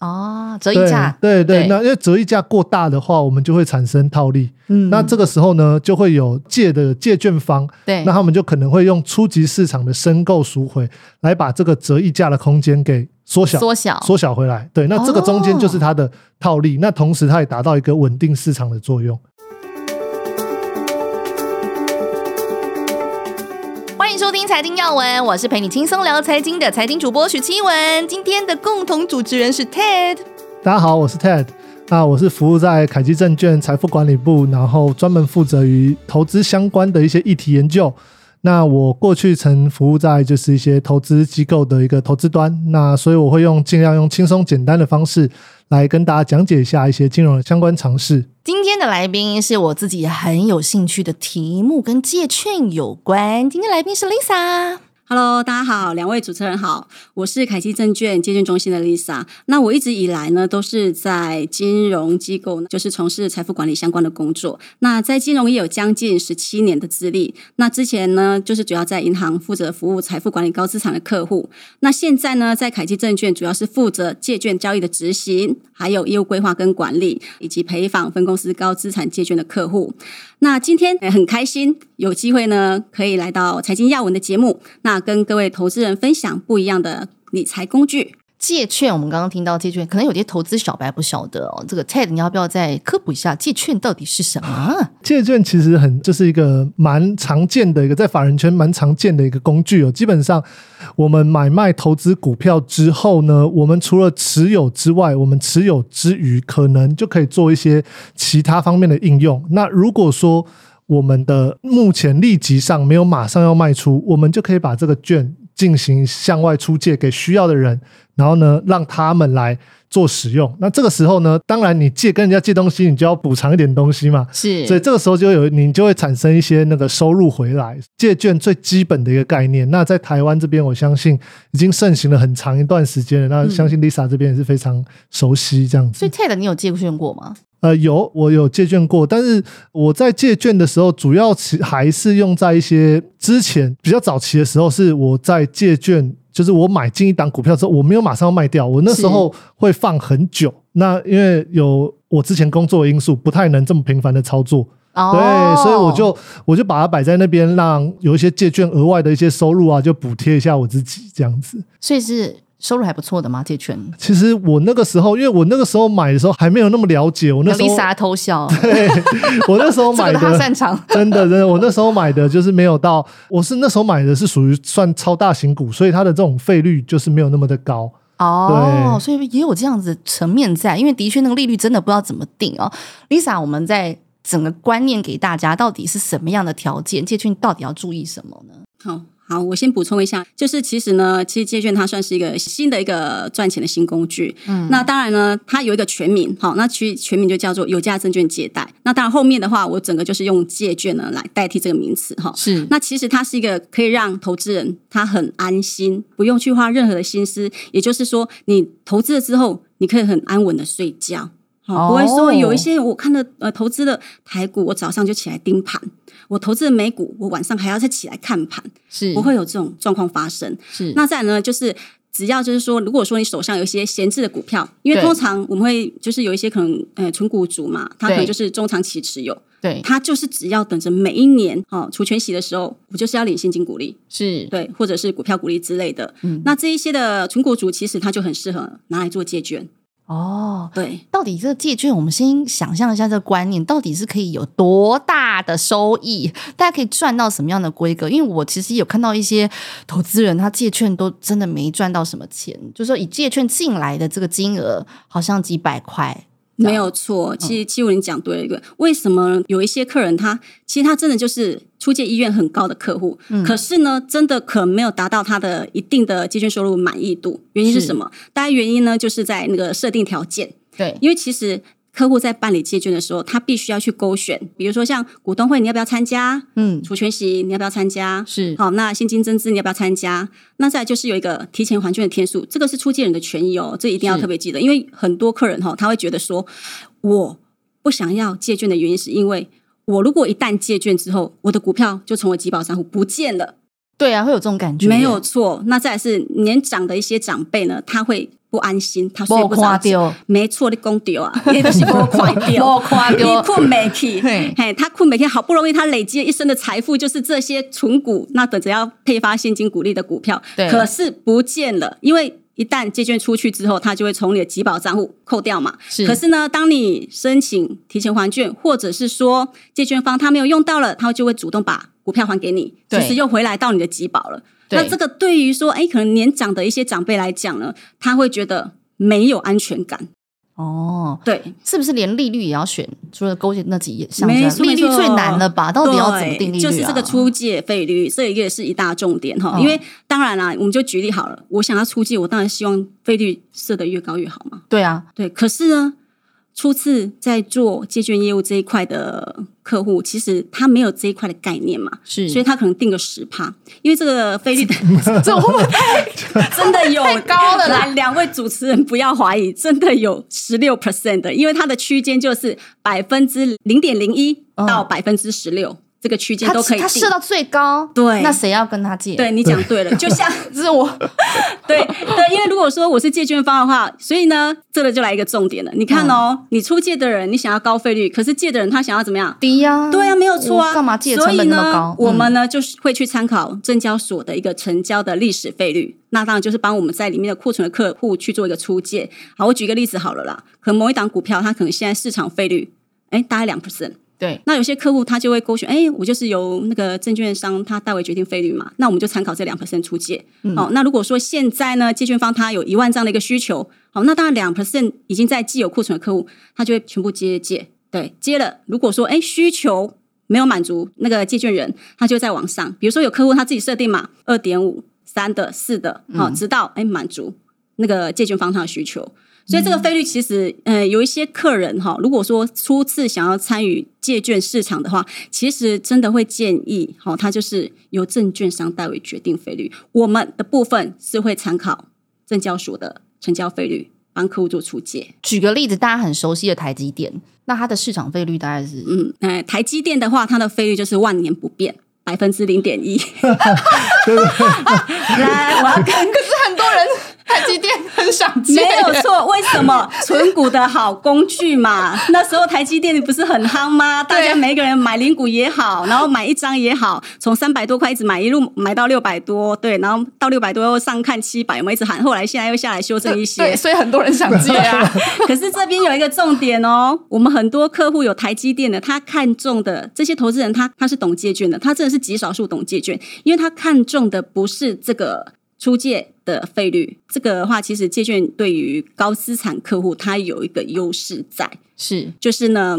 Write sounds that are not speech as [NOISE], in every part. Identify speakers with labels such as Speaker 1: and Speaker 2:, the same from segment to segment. Speaker 1: 哦，折溢
Speaker 2: 对
Speaker 1: 价，
Speaker 2: 对对
Speaker 1: 对
Speaker 2: 那因为折溢价过大的话，我们就会产生套利。
Speaker 1: 嗯
Speaker 2: 那这个时候呢，就会有借的借券方，
Speaker 1: 对
Speaker 2: 那他们就可能会用初级市场的申购赎回来把这个折溢价的空间给缩小。
Speaker 1: 缩小，
Speaker 2: 缩小回来，对，那这个中间就是它的套利，那同时它也达到一个稳定市场的作用。
Speaker 1: 欢迎收听财经要闻，我是陪你轻松聊财经的财经主播许七文，今天的共同主持人是 Ted。
Speaker 2: 大家好，我是 Ted，那我是服务在凯基证券财富管理部，然后专门负责于投资相关的一些议题研究。那我过去曾服务在就是一些投资机构的一个投资端，那所以我会用尽量用轻松简单的方式来跟大家讲解一下一些金融的相关常识。
Speaker 1: 今天的来宾是我自己很有兴趣的题目，跟借券有关。今天来宾是 Lisa。
Speaker 3: Hello，大家好，两位主持人好，我是凯基证券借券中心的 Lisa。那我一直以来呢，都是在金融机构，就是从事财富管理相关的工作。那在金融业有将近十七年的资历。那之前呢，就是主要在银行负责服务财富管理高资产的客户。那现在呢，在凯基证券主要是负责借券交易的执行，还有业务规划跟管理，以及陪访分公司高资产借券的客户。那今天呃很开心有机会呢，可以来到财经亚文的节目，那跟各位投资人分享不一样的理财工具。
Speaker 1: 借券，我们刚刚听到借券，可能有些投资小白不晓得哦。这个 Ted，你要不要再科普一下借券到底是什么？
Speaker 2: 借券其实很就是一个蛮常见的一个在法人圈蛮常见的一个工具哦。基本上我们买卖投资股票之后呢，我们除了持有之外，我们持有之余，可能就可以做一些其他方面的应用。那如果说我们的目前立即上没有马上要卖出，我们就可以把这个券进行向外出借给需要的人，然后呢，让他们来做使用。那这个时候呢，当然你借跟人家借东西，你就要补偿一点东西嘛。
Speaker 1: 是
Speaker 2: 所以这个时候就有你就会产生一些那个收入回来，借券最基本的一个概念。那在台湾这边，我相信已经盛行了很长一段时间了。那相信 Lisa 这边也是非常熟悉这样子。
Speaker 1: 所以 Ted，你有借券过吗？
Speaker 2: 呃，有我有借券过，但是我在借券的时候，主要其还是用在一些之前比较早期的时候，是我在借券，就是我买进一档股票之后，我没有马上要卖掉，我那时候会放很久。那因为有我之前工作的因素，不太能这么频繁的操作，
Speaker 1: 哦
Speaker 2: 对，所以我就我就把它摆在那边，让有一些借券额外的一些收入啊，就补贴一下我自己这样子。
Speaker 1: 所以是收入还不错的吗？借券？
Speaker 2: 其实我那个时候，因为我那个时候买的时候还没有那么了解，我那时候
Speaker 1: Lisa 偷笑，
Speaker 2: [LAUGHS] 对，我那时候
Speaker 1: 这个
Speaker 2: 买的
Speaker 1: 他擅长。
Speaker 2: 真的，真的，我那时候买的就是没有到，我是那时候买的是属于算超大型股，所以它的这种费率就是没有那么的高。
Speaker 1: 哦，
Speaker 2: [LAUGHS] 对
Speaker 1: 所以也有这样子层面在，因为的确那个利率真的不知道怎么定哦。Lisa，我们在整个观念给大家到底是什么样的条件，借券到底要注意什么呢？
Speaker 3: 好、好，我先补充一下，就是其实呢，其实借券它算是一个新的一个赚钱的新工具。嗯，那当然呢，它有一个全名，好、那其实全名就叫做有价证券借贷。那当然后面的话，我整个就是用借券呢来代替这个名词，哈、
Speaker 1: 是
Speaker 3: 那其实它是一个可以让投资人他很安心，不用去花任何的心思。也就是说，你投资了之后，你可以很安稳的睡觉，
Speaker 1: 哦
Speaker 3: 哦、不会说有一些我看的呃投资的台股，我早上就起来盯盘；我投资的美股，我晚上还要再起来看盘，
Speaker 1: 是
Speaker 3: 不会有这种状况发生。
Speaker 1: 是
Speaker 3: 那再来呢，就是只要就是说，如果说你手上有一些闲置的股票，因为
Speaker 1: 对
Speaker 3: 通常我们会就是有一些可能呃纯股族嘛，他可
Speaker 1: 对
Speaker 3: 能就是中长期持有，
Speaker 1: 对
Speaker 3: 他就是只要等着每一年哦除权息的时候，我就是要领现金股利，
Speaker 1: 是
Speaker 3: 对，或者是股票股利之类的。
Speaker 1: 嗯
Speaker 3: 那这一些的存股族其实他就很适合拿来做借券，
Speaker 1: 哦。
Speaker 3: 对。
Speaker 1: 到底这个借券，我们先想象一下这个观念，到底是可以有多大的收益？大家可以赚到什么样的规格？因为我其实有看到一些投资人，他借券都真的没赚到什么钱，就是说以借券进来的这个金额，好像几百块，
Speaker 3: 没有
Speaker 1: 哦
Speaker 3: 错，其实七五零讲对了一个。为什么有一些客人他其实他真的就是出借意愿很高的客户，
Speaker 1: 嗯
Speaker 3: 可是呢，真的可能没有达到他的一定的借券收入满意度。原因是
Speaker 1: 是
Speaker 3: 什么？大概原因呢，就是在那个设定条件。
Speaker 1: 对，
Speaker 3: 因为其实客户在办理借券的时候，他必须要去勾选，比如说像股东会你要不要参加，
Speaker 1: 嗯，
Speaker 3: 除权息你要不要参加，
Speaker 1: 是
Speaker 3: 好，那现金增资你要不要参加？那再来就是有一个提前还券的天数，这个是出借人的权益哦，这一定要
Speaker 1: 是
Speaker 3: 特别记得，因为很多客人哈、他会觉得说，我不想要借券的原因是因为我如果一旦借券之后，我的股票就从我集保账户不见了。
Speaker 1: 对啊，会有这种感觉，
Speaker 3: 没有错。那再来是年长的一些长辈呢，他会不安心，他睡不着
Speaker 1: 没看到
Speaker 3: 觉。没错，你讲丢啊，
Speaker 1: [LAUGHS]
Speaker 3: 也就是我快
Speaker 1: 没
Speaker 3: 丢，
Speaker 1: 看到
Speaker 3: 你困没起，
Speaker 1: 嘿
Speaker 3: [LAUGHS] 嘿，哎他困没起，好不容易他累积了一身的财富，就是这些存股，那等着要配发现金股利的股票
Speaker 1: 对，
Speaker 3: 可是不见了，因为。一旦借券出去之后，他就会从你的集保账户扣掉嘛。
Speaker 1: 是
Speaker 3: 可是呢，当你申请提前还券，或者是说借券方他没有用到了，他就会主动把股票还给你，
Speaker 1: 对
Speaker 3: 其实又回来到你的集保了。
Speaker 1: 对
Speaker 3: 那这个对于说，哎，可能年长的一些长辈来讲呢，他会觉得没有安全感。
Speaker 1: 哦。
Speaker 3: 对，
Speaker 1: 是不是连利率也要选？除了勾选那几项之外，
Speaker 3: 没错，
Speaker 1: 利率
Speaker 3: 没错
Speaker 1: 最难了吧？到底要怎么定利率、啊？
Speaker 3: 对就是这个出借费率，这一个也是一大重点哈。
Speaker 1: 嗯
Speaker 3: 因为当然啦，我们就举例好了，我想要出借，我当然希望费率设得越高越好嘛。
Speaker 1: 对啊，
Speaker 3: 对，可是呢，初次在做借券业务这一块的客户，其实他没有这一块的概念嘛，
Speaker 1: 是，
Speaker 3: 所以他可能定个十趴，因为这个费率的
Speaker 1: [LAUGHS] 这会不会
Speaker 3: [LAUGHS] 真的有
Speaker 1: 太高了啦
Speaker 3: 来 [LAUGHS] 两位主持人不要怀疑，真的有十六 percent 的，因为它的区间就是百分之零点零一
Speaker 1: 嗯
Speaker 3: 到百分之十六这个区间都可以
Speaker 1: 他
Speaker 3: 定
Speaker 1: 设。到最高，
Speaker 3: 对
Speaker 1: 那谁要跟他借？
Speaker 3: 对，你讲对了，就像
Speaker 1: 是我，
Speaker 3: 对对，因为如果说我是借券方的话，所以呢，这个就来一个重点了。你看哦，
Speaker 1: 嗯
Speaker 3: 你出借的人，你想要高费率，可是借的人他想要怎么样？
Speaker 1: 低呀，
Speaker 3: 对啊，没有错啊，
Speaker 1: 嗯我干嘛借的成本那么高？
Speaker 3: 所以呢，我们
Speaker 1: 嗯
Speaker 3: 呢就是会去参考证交所的一个成交的历史费率，那当然就是帮我们在里面的库存的客户去做一个出借。好，我举个例子好了啦，可能某一档股票它可能现在市场费率哎大概两 percent。
Speaker 1: 对
Speaker 3: 那有些客户他就会勾选，哎，我就是由那个证券商他代为决定费率嘛，那我们就参考这两 percent 出借。哦，那如果说现在呢，借券方他有一万这样的一个需求，好、那当然两 percent 已经在既有库存的客户，他就会全部接借，对，接了。如果说哎需求没有满足，那个借券人他就会再往上，比如说有客户他自己设定嘛，二点五、三的、四的，好、直到哎满足那个借券方他的需求。所以这个费率其实，呃，有一些客人哈、如果说初次想要参与借券市场的话，其实真的会建议，好、它就是由证券商代为决定费率。我们的部分是会参考证交所的成交费率，帮客户做出借。
Speaker 1: 举个例子，大家很熟悉的台积电，那它的市场费率大概是
Speaker 3: 嗯，呃，台积电的话，它的费率就是万年不变。百分之零点一， [LAUGHS] 来，我要跟
Speaker 1: 可是很多人台积电很想
Speaker 3: 没有错，为什 [LAUGHS] 么存股的好工具嘛？那时候台积电不是很夯吗？大
Speaker 1: 对
Speaker 3: 家每一个人买零股也好，然后买一张也好，从三百多块一直买，一路买到六百多，对，然后到六百多又上看七百，我们一直喊，后来现在又下来修正一些
Speaker 1: 对，。所以很多人想借啊。
Speaker 3: [LAUGHS] 可是这边有一个重点哦，我们很多客户有台积电的，他看中的这些投资人他，他是懂借券的，他真的是极少数懂借券，因为他看中的不是这个出借的费率，这个的话，其实借券对于高资产客户，它有一个优势在。
Speaker 1: [LAUGHS] 是
Speaker 3: 就是呢，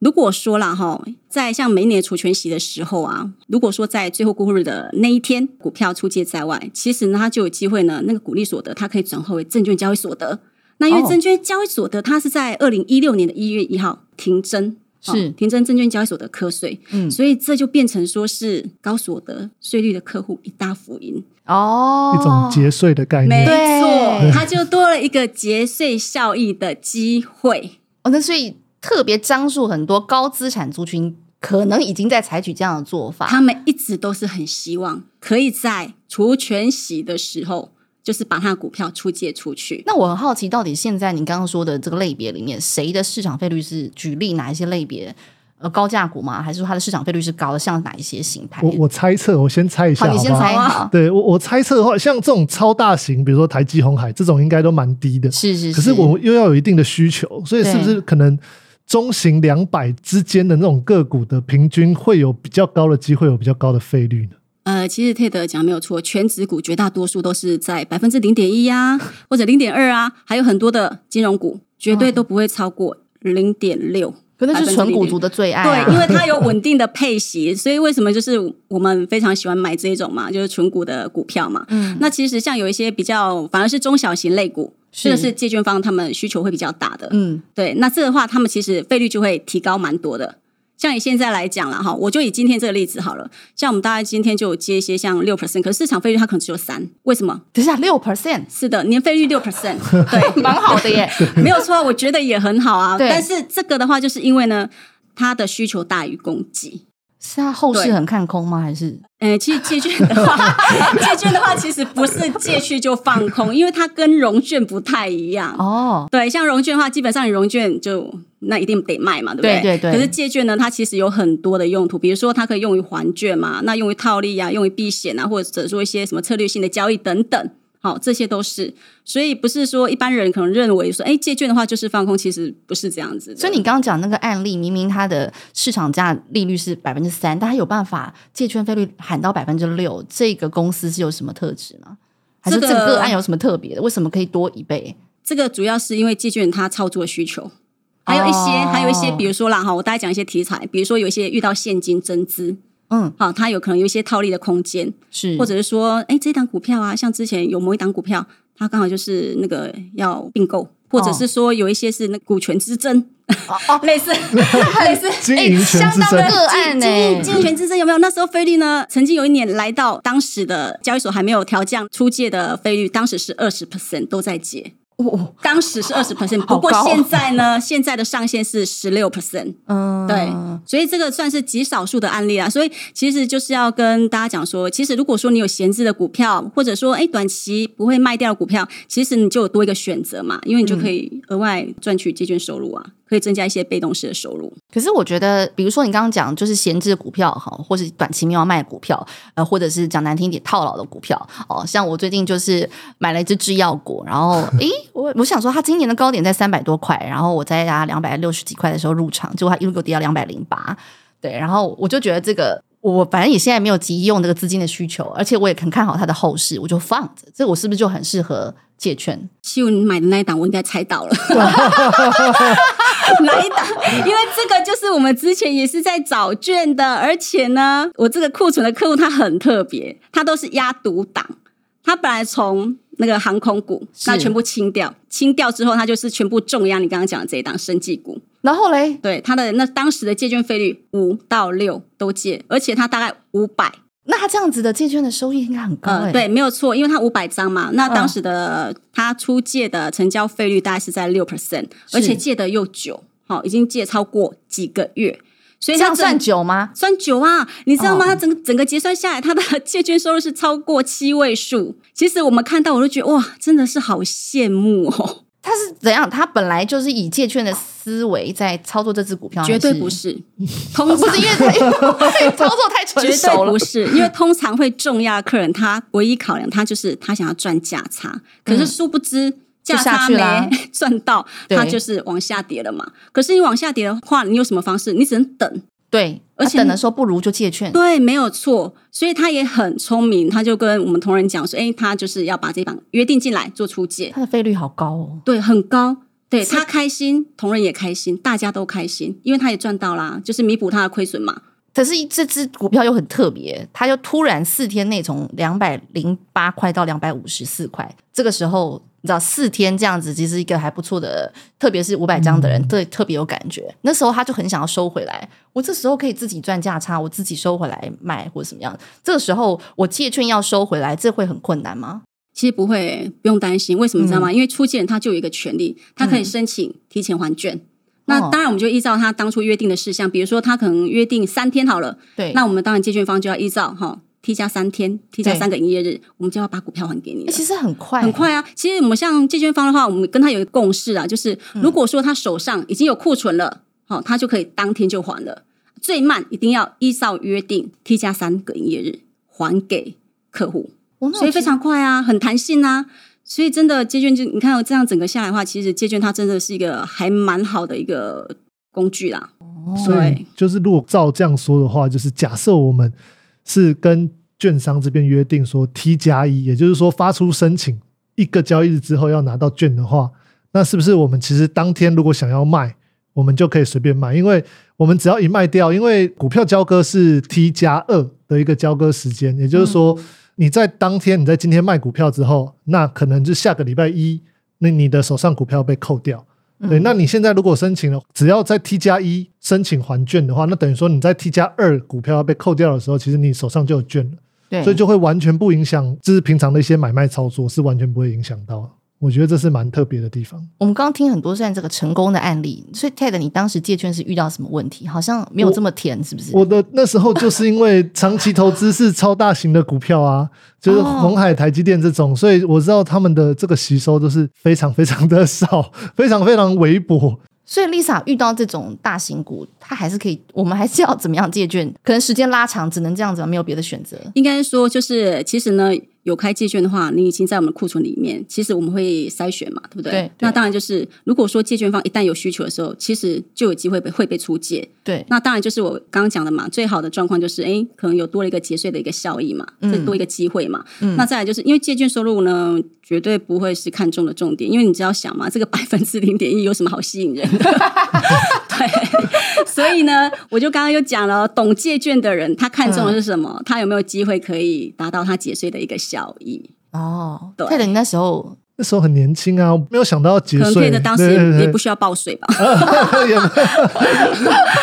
Speaker 3: 如果说啦哈，在像每一年除权息的时候啊，如果说在最后过户日的那一天，股票出借在外，其实呢，它就有机会呢，那个股利所得它可以转化为证券交易所得。那因为
Speaker 1: 哦
Speaker 3: 证券交易所得，它是在二零一六年的一月一号停征，哦
Speaker 1: 是
Speaker 3: 停征证券交易所得课税，
Speaker 1: 嗯
Speaker 3: 所以这就变成说是高所得税率的客户一大福音。
Speaker 1: 哦，
Speaker 2: 一种节税的概念。
Speaker 3: 没
Speaker 1: 对
Speaker 3: 错，它就多了一个节税效益的机会。
Speaker 1: 哦，那所以特别张数很多高资产族群可能已经在采取这样的做法，
Speaker 3: 他们一直都是很希望可以在除权息的时候，就是把他的股票出借出去。
Speaker 1: 那我很好奇，到底现在你刚刚说的这个类别里面，谁的市场费率是举例哪一些类别？呃，高价股吗？还是说它的市场费率是高的？像哪一些形态？
Speaker 2: 我我猜测，我先猜一
Speaker 1: 好，
Speaker 2: 下，
Speaker 1: 你
Speaker 2: 好
Speaker 1: 先
Speaker 2: 不
Speaker 1: 猜
Speaker 2: 好？
Speaker 1: 好。
Speaker 2: 对我我猜测的话，像这种超大型，比如说台积、红海这种，应该都蛮低的。
Speaker 1: 是是是，
Speaker 2: 可是我又要有一定的需求，所以是不是可能中型两百之间的那种个股的平均会有比较高的机会，有比较高的费率呢？
Speaker 3: 呃，其实 t 德讲没有错，全指股绝大多数都是在百分之零点一呀， [LAUGHS] 或者零点二啊，还有很多的金融股绝对都不会超过零点六。
Speaker 1: 可能是纯股族的最爱、啊。
Speaker 3: 对，因为它有稳定的配息，所以为什么就是我们非常喜欢买这一种嘛，就是纯股的股票嘛。
Speaker 1: 嗯，
Speaker 3: 那其实像有一些比较反而是中小型类股，
Speaker 1: 是
Speaker 3: 这个是借券方他们需求会比较大的。
Speaker 1: 嗯，
Speaker 3: 对，那这个的话，他们其实费率就会提高蛮多的。像以现在来讲了哈，我就以今天这个例子好了，像我们大概今天就有接一些像六 percent，可是市场费率它可能只有三，为什么？
Speaker 1: 等一下六 percent，
Speaker 3: 是的，年费率六 percent，对，
Speaker 1: 蛮好的耶。
Speaker 3: 没有错，我觉得也很好啊。
Speaker 1: 对
Speaker 3: 但是这个的话，就是因为呢，它的需求大于供给，
Speaker 1: [LAUGHS] 是他后市
Speaker 3: 对
Speaker 1: 很看空吗？还是
Speaker 3: 呃，其实借券的话， [LAUGHS] 借券的话其实不是借去就放空，因为它跟融券不太一样。
Speaker 1: 哦，
Speaker 3: 对，像融券的话，基本上你融券就那一定得卖嘛，对不对？
Speaker 1: 对对对
Speaker 3: 可是借券呢，它其实有很多的用途，比如说它可以用于还券嘛，那用于套利啊，用于避险啊，或者做一些什么策略性的交易等等。好，这些都是，所以不是说一般人可能认为说，哎，借券的话就是放空，其实不是这样子的。
Speaker 1: 所以你刚刚讲那个案例，明明它的市场价利率是百分之三，但它有办法借券费率喊到百分之六，这个公司是有什么特质吗？还是
Speaker 3: 这
Speaker 1: 这个
Speaker 3: 个
Speaker 1: 个案有什么特别的？为什么可以多一倍？
Speaker 3: 这个主要是因为借券它操作需求，还有一些，
Speaker 1: 哦
Speaker 3: 还有一些，比如说啦哈，我大概讲一些题材，比如说有一些遇到现金增资，
Speaker 1: 嗯，
Speaker 3: 好，它有可能有一些套利的空间，
Speaker 1: 是
Speaker 3: 或者是说，哎，这档股票啊，像之前有某一档股票，它刚好就是那个要并购，或者是说有一些是那股权之争，
Speaker 1: 哦哦，哎
Speaker 3: 类似类似。
Speaker 2: 经营权之
Speaker 1: 相当
Speaker 2: 争
Speaker 1: 的。 [LAUGHS] 个案呢、
Speaker 3: 经经营权之争有没有？那时候菲律呢，曾经有一年来到当时的交易所还没有调降出借的费率，当时是二十 percent 都在借。
Speaker 1: 哦，
Speaker 3: 当时是二十 percent，
Speaker 1: 好
Speaker 3: 不过
Speaker 1: 高哦
Speaker 3: 现在呢，现在的上限是十六 percent。
Speaker 1: 嗯，
Speaker 3: 对，所以这个算是极少数的案例啦。所以其实就是要跟大家讲说，其实如果说你有闲置的股票，或者说哎短期不会卖掉的股票，其实你就有多一个选择嘛，因为你就可以额外赚取借券收入啊，可以增加一些被动式的收入。
Speaker 1: 可是我觉得，比如说你刚刚讲，就是闲置的股票哈，或是短期没有卖的股票，呃，或者是讲难听一点套牢的股票哦。像我最近就是买了一只制药股，然
Speaker 3: [LAUGHS]
Speaker 1: 后诶，我我想说它今年的高点在三百多块，然后我在它两百六十几块的时候入场，结果它一路给我跌到两百零八，对，然后我就觉得这个。我反正也现在没有急用这个资金的需求，而且我也很看好它的后市，我就放着。这我是不是就很适合借券？
Speaker 3: 其实你买的那一档，我应该猜到了，哪一档？因为这个就是我们之前也是在找券的，而且呢，我这个库存的客户他很特别，他都是压独档，他本来从那个航空股，
Speaker 1: 是
Speaker 3: 那全部清掉，清掉之后，他就是全部重压你刚刚讲的这一档生技股，
Speaker 1: 然后嘞，
Speaker 3: 对他的那当时的借券费率五到六都借，而且他大概五百。
Speaker 1: 那它这样子的借券的收益应该很高、欸
Speaker 3: 呃，对，没有错，因为它五百张嘛，
Speaker 1: 嗯
Speaker 3: 那当时的它出借的成交费率大概是在六 percent，
Speaker 1: 是
Speaker 3: 而且借的又久，好、已经借超过几个月，所以
Speaker 1: 这
Speaker 3: 它
Speaker 1: 样
Speaker 3: 整
Speaker 1: 算久吗？
Speaker 3: 算久啊，你知道吗？
Speaker 1: 哦
Speaker 3: 它整个整个结算下来，它的 [LAUGHS] 借券收入是超过七位数。其实我们看到，我都觉得哇，真的是好羡慕哦，
Speaker 1: 他是怎样？他本来就是以借券的思维在操作这只股票，
Speaker 3: 绝对
Speaker 1: 还
Speaker 3: 不，是，
Speaker 1: 呃
Speaker 3: 通常
Speaker 1: 不是因为 [LAUGHS] 他因为操作太
Speaker 3: [LAUGHS] 绝
Speaker 1: 成熟
Speaker 3: 对
Speaker 1: 了
Speaker 3: 不。是，因为通常会重压的客人，他唯一考量他就是他想要赚价差，可是殊不知。价
Speaker 1: 嗯就下
Speaker 3: 差
Speaker 1: 去啦
Speaker 3: 没 [LAUGHS] 赚到，
Speaker 1: [LAUGHS] 对
Speaker 3: 他就是往下跌了嘛。可是你往下跌的话，你有什么方式？你只能等。
Speaker 1: 对，
Speaker 3: 而
Speaker 1: 他
Speaker 3: 且
Speaker 1: 等的时候不如就借券。
Speaker 3: 对，没有错。所以他也很聪明，他就跟我们同仁讲说：“哎，他就是要把这档约定进来做出借，
Speaker 1: 它的费率好高哦，
Speaker 3: 对，很高。对
Speaker 1: 是
Speaker 3: 他开心，同仁也开心，大家都开心，因为他也赚到啦，就是弥补他的亏损嘛。
Speaker 1: 可是这只股票又很特别，它就突然四天内从两百零八块到两百五十四块，这个时候你知道四天这样子，其实一个还不错的，特别是五百张的人，对、特别有感觉。那时候他就很想要收回来，我这时候可以自己赚价差，我自己收回来卖或者怎么样。这个时候我借券要收回来，这会很困难吗？
Speaker 3: 其实不会，不用担心。为什么你知
Speaker 1: 嗯
Speaker 3: 道吗？因为出借人他就有一个权利，他可以申请提前还券。那
Speaker 1: 哦
Speaker 3: 当然，我们就依照他当初约定的事项，比如说他可能约定三天好了，
Speaker 1: 对，
Speaker 3: 那我们当然借券方就要依照哈 T 加三天，T 加
Speaker 1: 对
Speaker 3: 三个营业日，我们就要把股票还给你
Speaker 1: 欸
Speaker 3: 了。
Speaker 1: 其实很快，
Speaker 3: 很。快啊！其实我们像借券方的话，我们跟他有一个共识啊，就是
Speaker 1: 嗯
Speaker 3: 如果说他手上已经有库存了，好、他就可以当天就还了，最慢一定要依照约定 T 加三个营业日还给客户。
Speaker 1: 我那
Speaker 3: 所以非常快啊，很弹性啊。所以真的借券就你看，哦这样整个下来的话，其实借券它真的是一个还蛮好的一个工具啦。
Speaker 2: 所以嗯
Speaker 3: 对
Speaker 2: 就是如果照这样说的话，就是假设我们是跟券商这边约定说 T 加一，也就是说发出申请一个交易日之后要拿到券的话，那是不是我们其实当天如果想要卖，我们就可以随便卖，因为我们只要一卖掉，因为股票交割是 T 加二的一个交割时间，也就是说你在当天你在今天卖股票之后，那可能就下个礼拜一，那你的手上股票被扣掉。
Speaker 3: 嗯
Speaker 2: 对，那你现在如果申请了，只要在 T 加一申请还券的话，那等于说你在 T 加二股票要被扣掉的时候，其实你手上就有券了，
Speaker 1: 对，
Speaker 2: 所以就会完全不影响，就是平常的一些买卖操作是完全不会影响到。我觉得这是蛮特别的地方。
Speaker 1: 我们刚刚听很多算这个成功的案例，所以 Ted，你当时借券是遇到什么问题？好像没有这么甜，是不是？
Speaker 2: 我的那时候就是因为长期投资是超大型的股票
Speaker 3: [LAUGHS]
Speaker 2: 啊，就是红海、台积电这种，所以我知道他们的这个吸收都是非常非常的少，非常非常微薄。
Speaker 1: 所以 Lisa 遇到这种大型股，她还是可以，我们还是要怎么样借券？可能时间拉长，只能这样子，没有别的选择。
Speaker 3: 应该说，就是其实呢，有开借券的话，你已经在我们的库存里面。其实我们会筛选嘛，对不对？
Speaker 1: 对对
Speaker 3: 那当然就是，如果说借券方一旦有需求的时候，其实就有机会被会被出借。
Speaker 1: 对，
Speaker 3: 那当然就是我刚刚讲的嘛，最好的状况就是，哎，可能有多了一个节税的一个效益嘛，
Speaker 1: 嗯
Speaker 3: 这多一个机会嘛。
Speaker 1: 嗯
Speaker 3: 那再来就是因为借券收入呢，绝对不会是看中的重点，因为你只要想嘛，这个百分之零点一有什么好吸引
Speaker 2: [LAUGHS]
Speaker 3: 人的？对，所以呢，我就刚刚又讲了，懂借券的人他看中的是什
Speaker 2: 嗯
Speaker 3: 么？他有没有机会可以达到他节税的一个效益？
Speaker 1: 哦
Speaker 3: 对
Speaker 1: ，Ted，你那时候
Speaker 2: 那时候很年轻啊，我没有想到要节
Speaker 3: 可能
Speaker 2: 税，
Speaker 3: 对
Speaker 2: 对
Speaker 3: 的，当时也也不需要报
Speaker 2: [LAUGHS]
Speaker 3: 税吧，
Speaker 2: 对也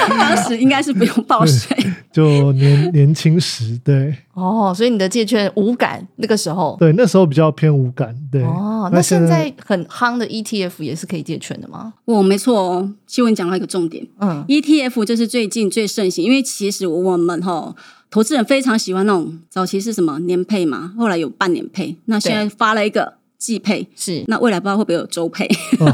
Speaker 3: 当时应该是不用
Speaker 2: [LAUGHS]
Speaker 3: 报税。
Speaker 2: 就年 [LAUGHS] 年轻时，对
Speaker 1: 哦，所以你的借券无感那个时候。
Speaker 2: 对，那时候比较偏无感，对。
Speaker 1: 哦，那现在很夯的 ETF 也是可以借券的吗？
Speaker 3: 哦，没错哦，其实你讲到一个重点，
Speaker 1: 嗯，
Speaker 3: ETF E 就是最近最盛行，因为其实我们哈投资人非常喜欢那种早期是什么年配嘛，后来有半年配，那现在发了一个季配，
Speaker 1: 是。
Speaker 3: 那未来不知道会不会有
Speaker 1: [LAUGHS]
Speaker 3: 周配，
Speaker 2: 哦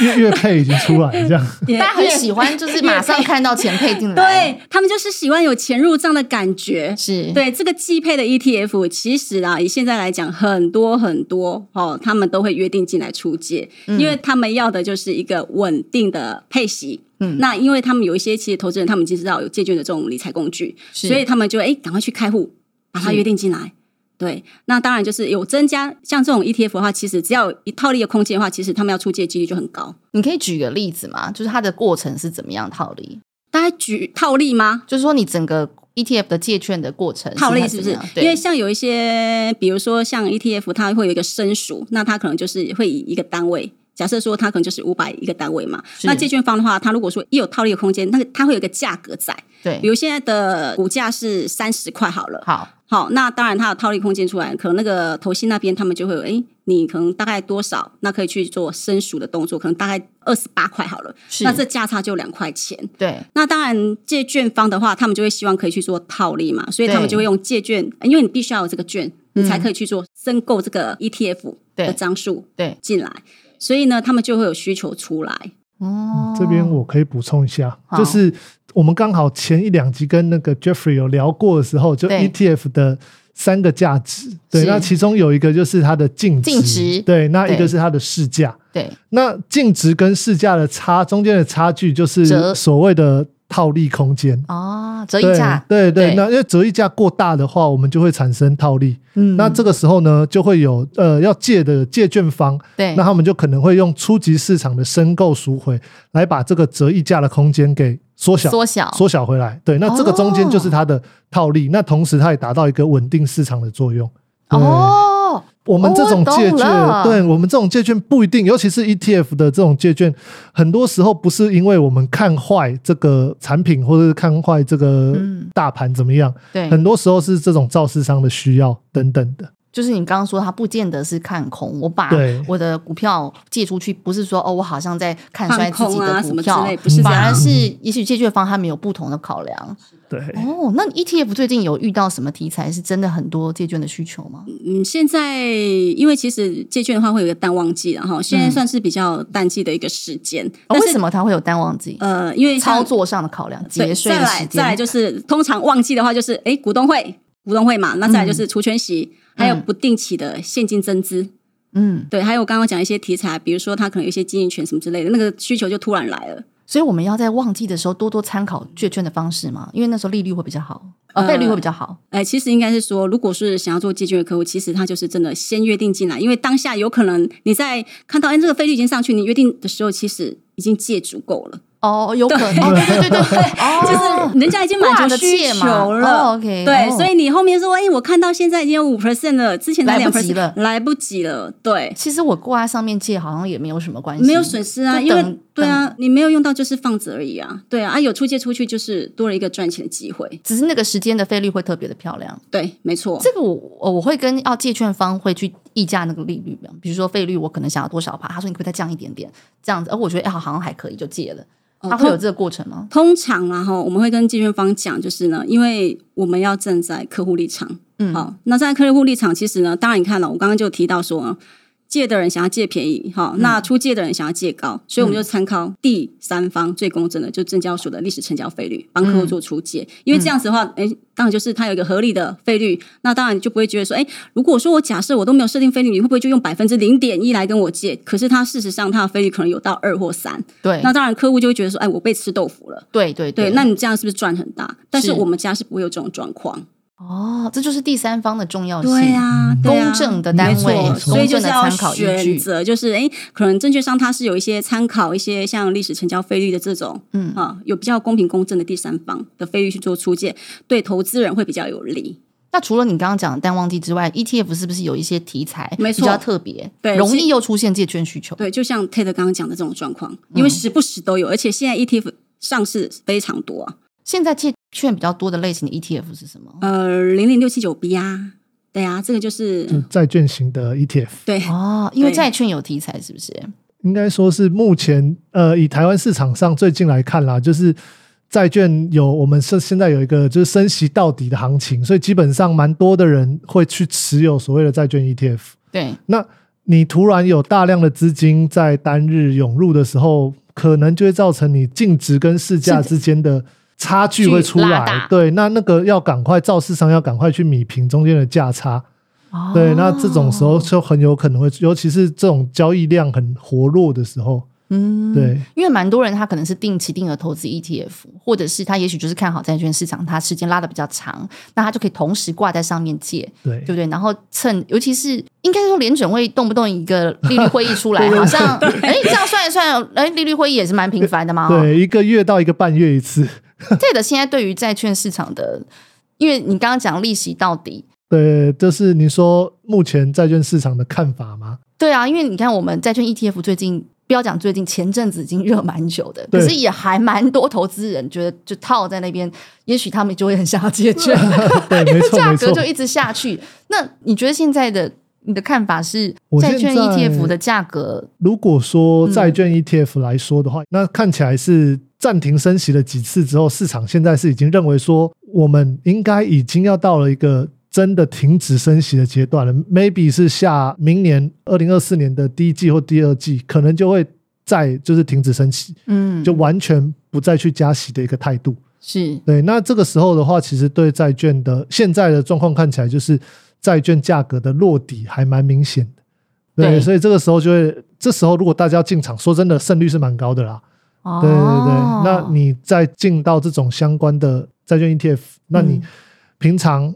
Speaker 2: 月月配已经出来了，这样
Speaker 1: 大家很喜欢，就是马上看到钱配进来。
Speaker 3: 对他们就是喜欢有钱入账的感觉。
Speaker 1: 是，
Speaker 3: 对这个季配的 ETF，其实啊，以现在来讲，很多很多哦，他们都会约定进来出借，
Speaker 1: 嗯
Speaker 3: 因为他们要的就是一个稳定的配息。
Speaker 1: 嗯
Speaker 3: 那因为他们有一些其实投资人，他们已经知道有借券的这种理财工具，
Speaker 1: 是
Speaker 3: 所以他们就哎赶快去开户，把它
Speaker 1: 是
Speaker 3: 约定进来。对，那当然就是有增加像这种 ETF 的话，其实只要有一套利的空间的话，其实他们要出借的几率就很高。
Speaker 1: 你可以举个例子吗？就是它的过程是怎么样套利？
Speaker 3: 大家举套利吗？
Speaker 1: 就是说你整个 ETF 的借券的过程
Speaker 3: 套利
Speaker 1: 它
Speaker 3: 是
Speaker 1: 怎
Speaker 3: 不
Speaker 1: 么
Speaker 3: 是
Speaker 1: 样？对，
Speaker 3: 因为像有一些，比如说像 ETF，它会有一个申赎，那它可能就是会以一个单位，假设说它可能就是五百一个单位嘛。
Speaker 1: 是
Speaker 3: 那借券方的话，它如果说一有套利的空间，那个它会有一个价格在，比
Speaker 1: 对，
Speaker 3: 如现在的股价是三十块好了，
Speaker 1: 好，
Speaker 3: 好，那当然它有套利空间出来，可能那个投信那边他们就会有，哎，你可能大概多少，那可以去做申赎的动作，可能大概二十八块好了，
Speaker 1: 是
Speaker 3: 那这价差就两块钱。
Speaker 1: 对
Speaker 3: 那当然，借券方的话，他们就会希望可以去做套利嘛，所以他们
Speaker 1: 对嗯
Speaker 3: 就会用借券，因为你必须要有这个券，你才可以去做申购这个 ETF
Speaker 1: 对
Speaker 3: 的张数
Speaker 1: 对，
Speaker 3: 进来，所以呢，他们就会有需求出来。
Speaker 1: 哦，
Speaker 2: 这边我可以补充一下，
Speaker 1: 好
Speaker 2: 就是我们刚好前一两集跟那个 Jeffrey 有聊过的时候，就
Speaker 1: 对
Speaker 2: ETF 的三个价值，对，
Speaker 1: 是
Speaker 2: 那其中有一个就是它的净值，
Speaker 1: 净值
Speaker 2: 对，那一
Speaker 1: 对
Speaker 2: 个是它的市价，
Speaker 1: 对
Speaker 2: 那净值跟市价的差中间的差距就是
Speaker 1: 折
Speaker 2: 所谓的套利空间。
Speaker 1: 哦，折溢
Speaker 2: 对
Speaker 1: 价，
Speaker 2: 对对，
Speaker 1: 对
Speaker 2: 那因为折溢价过大的话，我们就会产生套利。
Speaker 1: 嗯
Speaker 2: 那这个时候呢，就会有呃要借的借券方，
Speaker 1: 对
Speaker 2: 那他们就可能会用初级市场的申购赎回来把这个折溢价的空间给缩小。
Speaker 1: 缩小，
Speaker 2: 缩小回来，对，那这个中间就是它的套利，那同时它也达到一个稳定市场的作用。对，
Speaker 1: 哦，
Speaker 2: 我们这种借
Speaker 1: 哦我
Speaker 2: 券，
Speaker 1: 懂了
Speaker 2: 对我们这种借券不一定，尤其是 ETF 的这种借券，很多时候不是因为我们看坏这个产品或者是看坏这个
Speaker 1: 嗯
Speaker 2: 大盘怎么样，
Speaker 1: 对，
Speaker 2: 很多时候是这种造市商的需要等等的。
Speaker 1: 就是你刚刚说，它不见得是看空，我把
Speaker 2: 对
Speaker 1: 我的股票借出去，不是说哦，我好像在看衰自
Speaker 3: 放
Speaker 1: 己
Speaker 3: 空啊
Speaker 1: 的
Speaker 3: 什
Speaker 1: 股
Speaker 3: 么之
Speaker 1: 票
Speaker 3: 类，不是这
Speaker 1: 反
Speaker 3: 样
Speaker 1: 而是也许借券方他们有不同的考量。
Speaker 2: 对，
Speaker 1: 哦，那 ETF 最近有遇到什么题材是真的很多借券的需求吗？
Speaker 3: 嗯，现在因为其实借券的话会有一个淡旺季，然后现在算是比较淡季的一个时间。
Speaker 1: 嗯哦
Speaker 3: 但
Speaker 1: 为
Speaker 3: 是
Speaker 1: 什么它会有淡旺季？
Speaker 3: 呃，因为像
Speaker 1: 操作上的考量，
Speaker 3: 对
Speaker 1: 节税
Speaker 3: 再
Speaker 1: 的时
Speaker 3: 来
Speaker 1: 间，
Speaker 3: 再来就是通常旺季的话就是哎股东会股东会嘛，那再来就是除权息，还有
Speaker 1: 嗯
Speaker 3: 不定期的现金增资。
Speaker 1: 嗯，
Speaker 3: 对，还有我刚刚讲一些题材，比如说他可能有一些经营权什么之类的，那个需求就突然来了。
Speaker 1: 所以我们要在旺季的时候多多参考借券的方式嘛，因为那时候利率会比较好，呃，
Speaker 3: 呃
Speaker 1: 费率会比较好，
Speaker 3: 呃，其实应该是说，如果是想要做借券的客户，其实他就是真的先约定进来，因为当下有可能你在看到哎这个费率已经上去，你约定的时候其实已经借足够了，
Speaker 1: 哦，有可能，哦，对对对对
Speaker 3: [LAUGHS]
Speaker 1: 对，哦，
Speaker 3: 就是人家已经满
Speaker 1: 挂着
Speaker 3: 足的需
Speaker 1: 借嘛
Speaker 3: 求
Speaker 1: 哦
Speaker 3: 了。
Speaker 1: ，OK，
Speaker 3: 对，
Speaker 1: 哦
Speaker 3: 所以你后面说，哎，我看到现在已经有五 percent 了，之前才
Speaker 1: 来
Speaker 3: 两
Speaker 1: 不及
Speaker 3: percent
Speaker 1: 了
Speaker 3: 来不及了，对。
Speaker 1: 其实我挂在上面借好像也没有什么关系，
Speaker 3: 没有损失啊，
Speaker 1: 就
Speaker 3: 因为
Speaker 1: 嗯等
Speaker 3: 对啊，你没有用到就是放着而已啊，对啊，啊有出借出去就是多了一个赚钱的机会，
Speaker 1: 只是那个时间的费率会特别的漂亮。
Speaker 3: 对，没错。
Speaker 1: 这个我我我会跟要借券方会去一议价那个利率嘛，比如说费率，我可能想要多少趴，他说你可不可以再降一点点，这样子，而我觉得哎、好像还可以，就借了。
Speaker 3: 哦
Speaker 1: 他会有这个过程吗？
Speaker 3: 通常啦哈，我们会跟借券方讲，就是呢，因为我们要站在客户立场，
Speaker 1: 嗯
Speaker 3: 好，那站在客户立场，其实呢，当然你看了，我刚刚就有提到说，借的人想要借便宜，哈，
Speaker 1: 嗯
Speaker 3: 那出借的人想要借高，所以我们就参考第三方最公正的，就证交所的历史成交费率，帮客户做出
Speaker 1: 嗯
Speaker 3: 借，因为这样子的话，哎、当然就是它有一个合理的费率，那当然你就不会觉得说，哎，如果说我假设我都没有设定费率，你会不会就用百分之零点一来跟我借？可是它事实上它的费率可能有到二或三，
Speaker 1: 对
Speaker 3: 那当然客户就会觉得说，哎，我被吃豆腐了。
Speaker 1: 对对
Speaker 3: 对，那你这样是不是赚很大？但是
Speaker 1: 是
Speaker 3: 我们家是不会有这种状况。
Speaker 1: 哦，这哦就是第三方的重要性，
Speaker 3: 对啊呀、对呀
Speaker 1: 公正的单
Speaker 3: 没
Speaker 1: 位
Speaker 3: 错，，所以
Speaker 1: 公
Speaker 3: 就
Speaker 1: 正
Speaker 3: 是
Speaker 1: 的
Speaker 3: 要
Speaker 1: 参考依
Speaker 3: 选
Speaker 1: 据。
Speaker 3: 择，就是哎，诶可能证券商它是有一些参考一些像历史成交费率的这种，
Speaker 1: 嗯
Speaker 3: 啊，有比较公平公正的第三方的费率去做出借，对投资人会比较有利。
Speaker 1: 那除了你刚刚讲的淡旺季之外，ETF 是不是有一些题材
Speaker 3: 没错
Speaker 1: 比较特别，
Speaker 3: 对
Speaker 1: 容
Speaker 3: 是
Speaker 1: 易又出现借券需求？
Speaker 3: 对，就像 Ted 刚刚讲的这种状况，
Speaker 1: 嗯
Speaker 3: 因为时不时都有，而且现在 ETF 上市非常多啊，
Speaker 1: 现在借券比较多的类型的 ETF 是什么？
Speaker 3: 呃，零零六七九 B 啊，对啊，这个就是
Speaker 2: 就是债券型的 E ETF，
Speaker 3: 对，
Speaker 1: 嗯哦，因为
Speaker 3: 对
Speaker 1: 债券有题材，是不是？
Speaker 2: 应该说是目前呃，以台湾市场上最近来看啦，就是债券有我们是现在有一个就是升息到底的行情，所以基本上蛮多的人会去持有所谓的债券 E ETF。
Speaker 1: 对，
Speaker 2: 那你突然有大量的资金在单日涌入的时候，可能就会造成你净值跟市价之间的差距会出
Speaker 1: 拉
Speaker 2: 来
Speaker 1: 大。
Speaker 2: 对，那那个要赶快，造市商要赶快去米平中间的价差。
Speaker 1: 哦
Speaker 2: 对，那这种时候，就很有可能会，尤其是这种交易量很活络的时候，
Speaker 1: 嗯，
Speaker 2: 对，
Speaker 1: 因为蛮多人他可能是定期定额投资 ETF，或者是他也许就是看好债券市场，他时间拉的比较长，那他就可以同时挂在上面借，
Speaker 2: 对
Speaker 1: 对不对？然后趁，尤其是应该说联准会动不动一个利率会议出来，好像哎这样算一算，哎利率会议也是蛮频繁的嘛。哦
Speaker 2: 对，一个月到一个半月一次，
Speaker 1: 这个现在对于债券市场的，因为你刚刚讲利息到底，
Speaker 2: 对，这是你说目前债券市场的看法吗？
Speaker 1: 对啊，因为你看我们债券 ETF 最近。不要讲最近，前阵子已经热蛮久的，
Speaker 2: 对
Speaker 1: 可是也还蛮多投资人觉得就套在那边，也许他们就会很想要借券，
Speaker 2: 对， [LAUGHS] 没错，
Speaker 1: 价
Speaker 2: 没
Speaker 1: 格
Speaker 2: 错
Speaker 1: 就。一直下去。那你觉得现在的你的看法是
Speaker 2: 我
Speaker 1: 债
Speaker 2: 现
Speaker 1: 券
Speaker 2: 在
Speaker 1: ETF 的价格？
Speaker 2: 如果说
Speaker 1: 嗯
Speaker 2: 债券 ETF 来说的话，那看起来是暂停升息了几次之后，市场现在是已经认为说，我们应该已经要到了一个真的停止升息的阶段了。Maybe 是下明年二零二四年的第一季或第二季，可能就会再就是停止升息，
Speaker 1: 嗯，
Speaker 2: 就完全不再去加息的一个态度。
Speaker 1: 是
Speaker 2: 对，那这个时候的话，其实对债券的现在的状况看起来，就是债券价格的落底还蛮明显的。对，
Speaker 1: 对
Speaker 2: 所以这个时候就会，这时候如果大家要进场，说真的，胜率是蛮高的啦。
Speaker 1: 哦
Speaker 2: 对对对，那你再进到这种相关的债券 ETF，那你
Speaker 1: 嗯
Speaker 2: 平常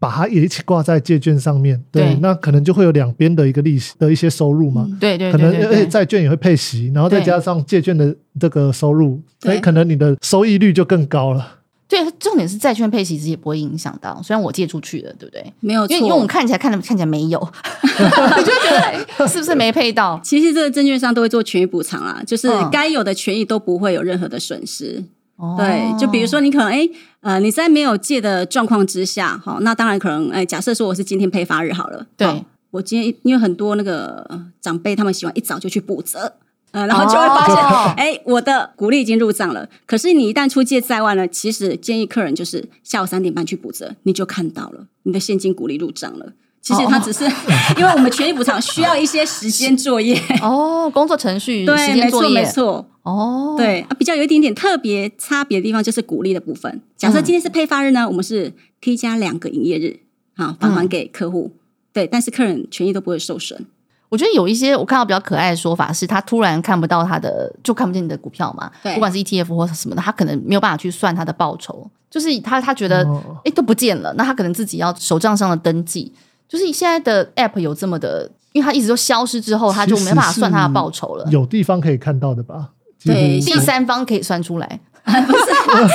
Speaker 2: 把它也一起挂在借券上面，对，
Speaker 1: 对
Speaker 2: 那可能就会有两边的一个利息的一些收入嘛。
Speaker 3: 嗯
Speaker 1: 对对
Speaker 2: 可
Speaker 1: 对
Speaker 2: 能呃
Speaker 1: 对
Speaker 2: 而且
Speaker 1: 对，
Speaker 2: 债券也会配息，然后再
Speaker 1: 对
Speaker 2: 加上借券的这个收入，所以
Speaker 3: 对
Speaker 2: 可能你的收益率就更高了。
Speaker 1: 对重点是债券配息其实也不会影响到，虽然我借出去了，对不对？
Speaker 3: 没有
Speaker 1: 因
Speaker 3: 错，
Speaker 1: 为因为我们看起来看的看起来没有， [LAUGHS] 你就会觉得哎是不是没配到？
Speaker 3: 其实这个证券商都会做权益补偿啦，就是
Speaker 1: 嗯
Speaker 3: 该有的权益都不会有任何的损失。
Speaker 1: 哦
Speaker 3: 对，就比如说你可能哎呃你在没有借的状况之下，好、那当然可能哎假设说我是今天配发日好了，
Speaker 1: 对
Speaker 3: 好我今天因为很多那个呃长辈他们喜欢一早就去补折。呃，然后就会发现
Speaker 1: 哦，
Speaker 3: 哎、我的股利已经入账了。可是你一旦出借在外呢，其实建议客人就是下午三点半去补折，你就看到了你的现金股利入账了。其
Speaker 1: 哦
Speaker 3: 实它只是 [LAUGHS] 因为我们权益补偿需要一些时间作业，
Speaker 1: 哦，工作程序、
Speaker 3: 对，
Speaker 1: 时
Speaker 3: 没
Speaker 1: 间
Speaker 3: 错
Speaker 1: 作
Speaker 3: 没
Speaker 1: 业，
Speaker 3: 错，
Speaker 1: 哦，
Speaker 3: 对、啊，比较有一点点特别差别的地方就是鼓励的部分。假
Speaker 1: 嗯
Speaker 3: 设今天是配发日呢，我们是 T 加两个营业日，好返
Speaker 1: 嗯
Speaker 3: 还给客户。对，但是客人权益都不会受损。
Speaker 1: 我觉得有一些我看到比较可爱的说法是，他突然看不到他的，就看不见你的股票嘛，
Speaker 3: 对
Speaker 1: 不管是 ETF 或什么的，他可能没有办法去算他的报酬，就是他他觉得哎、
Speaker 2: 哦
Speaker 1: 诶都不见了，那他可能自己要手账上的登记，就是现在的 App 有这么的，因为他一直都消失之后，他就没办法算他的报酬了。
Speaker 2: 有地方可以看到的吧？几乎
Speaker 3: 对
Speaker 1: 第
Speaker 3: 像
Speaker 1: 三方可以算出
Speaker 2: [LAUGHS]
Speaker 1: 来，不是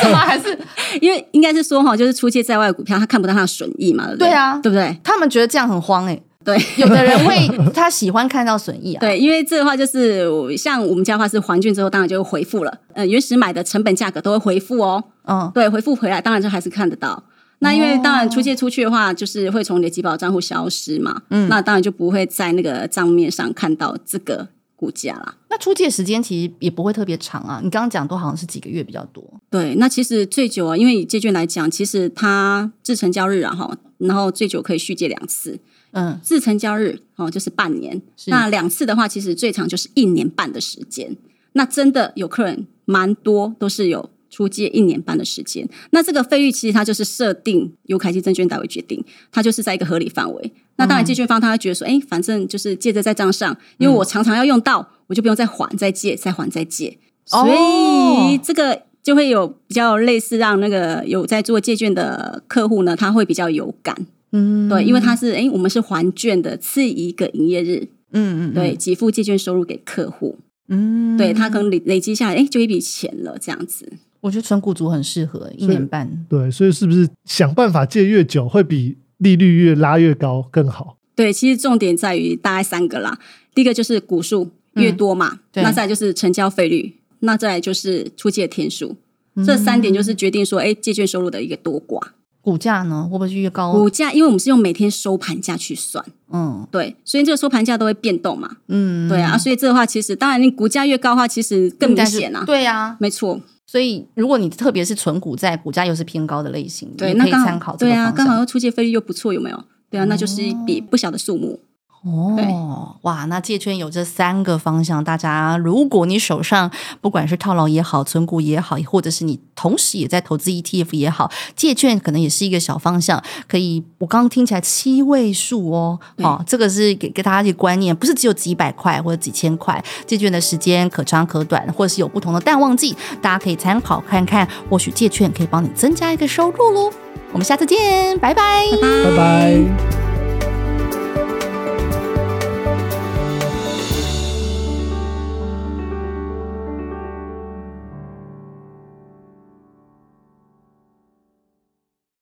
Speaker 1: 是吗？还是
Speaker 3: 因为应该是说哈，就是出借在外的股票，他看不到他的损益嘛，对不对？
Speaker 1: 对啊
Speaker 3: 对不对？
Speaker 1: 他们觉得这样很慌哎、
Speaker 3: [LAUGHS]
Speaker 1: 诶
Speaker 3: 对
Speaker 1: 有的人会他喜欢看到损益啊，
Speaker 3: 对，因为这个话就是我像我们家的话是还券之后，当然就会回复了。呃，原始买的成本价格都会回复哦。
Speaker 1: 嗯，
Speaker 3: 对，回复回来当然就还是看得到。那因为当然出借出去的话，就是会从你的集保账户消失嘛，嗯，那当然就不会在那个账面上看到这个股价啦。
Speaker 1: 那出借时间其实也不会特别长啊。你刚刚讲都好像是几个月比较多，
Speaker 3: 对，那其实最久啊，因为以借券来讲，其实它自成交日啊哈，然后最久可以续借两次，
Speaker 1: 嗯，
Speaker 3: 自成交日哦就是半年，
Speaker 1: 是
Speaker 3: 那两次的话，其实最长就是一年半的时间。那真的有客人蛮多都是有出借一年半的时间。那这个费率其实它就是设定由凯基证券代为决定，它就是在一个合理范围。那当然，借券方他会觉得说，哎、反正就是借着在账上，因为我常常要用到，我就不用再还、再借、再还、再借。所以
Speaker 1: 哦
Speaker 3: 这个就会有比较类似让那个有在做借券的客户呢，他会比较有感，
Speaker 1: 嗯，
Speaker 3: 对，因为他是诶，我们是还券的次一个营业日，
Speaker 1: 嗯嗯，
Speaker 3: 对，给付借券收入给客户，
Speaker 1: 嗯，
Speaker 3: 对他可能累累积下来，诶，就一笔钱了，这样子。
Speaker 1: 我觉得纯股族很适合一
Speaker 2: 所以
Speaker 1: 年半，
Speaker 2: 对，所以是不是想办法借越久，会比利率越拉越高更好？
Speaker 3: 对，其实重点在于大概三个啦，第一个就是股数越多嘛，
Speaker 1: 嗯对
Speaker 3: 那再来就是成交费率，那再来就是出借天数，
Speaker 1: 嗯
Speaker 3: 这三点就是决定说，诶，借券收入的一个多寡。
Speaker 1: 股价呢会不会越高？
Speaker 3: 股价，因为我们是用每天收盘价去算，
Speaker 1: 嗯
Speaker 3: 对，所以这个收盘价都会变动嘛，
Speaker 1: 嗯，
Speaker 3: 对啊，所以这个话其实当然，你股价越高的话，其实更
Speaker 1: 应
Speaker 3: 明
Speaker 1: 该是
Speaker 3: 显啊，
Speaker 1: 对啊，
Speaker 3: 没错，
Speaker 1: 所以如果你特别是纯股债，股价又是偏高的类型，
Speaker 3: 对，
Speaker 1: 你
Speaker 3: 那
Speaker 1: 可以
Speaker 3: 刚好
Speaker 1: 参考这
Speaker 3: 对
Speaker 1: 个
Speaker 3: 啊，
Speaker 1: 方
Speaker 3: 刚
Speaker 1: 向。
Speaker 3: 好又出借费率又不错，有没有？对啊，那就是一笔不小的数目。
Speaker 1: 哦，哇，那借券有这三个方向，大家如果你手上不管是套牢也好，存股也好，或者是你同时也在投资 ETF 也好，借券可能也是一个小方向，可以。我刚刚听起来七位数哦，
Speaker 3: 对
Speaker 1: 哦，这个是给给大家一个观念，不是只有几百块或者几千块，借券的时间可长可短，或者是有不同的淡旺季，大家可以参考看看，或许借券可以帮你增加一个收入喽。我们下次见，拜拜
Speaker 2: 拜拜。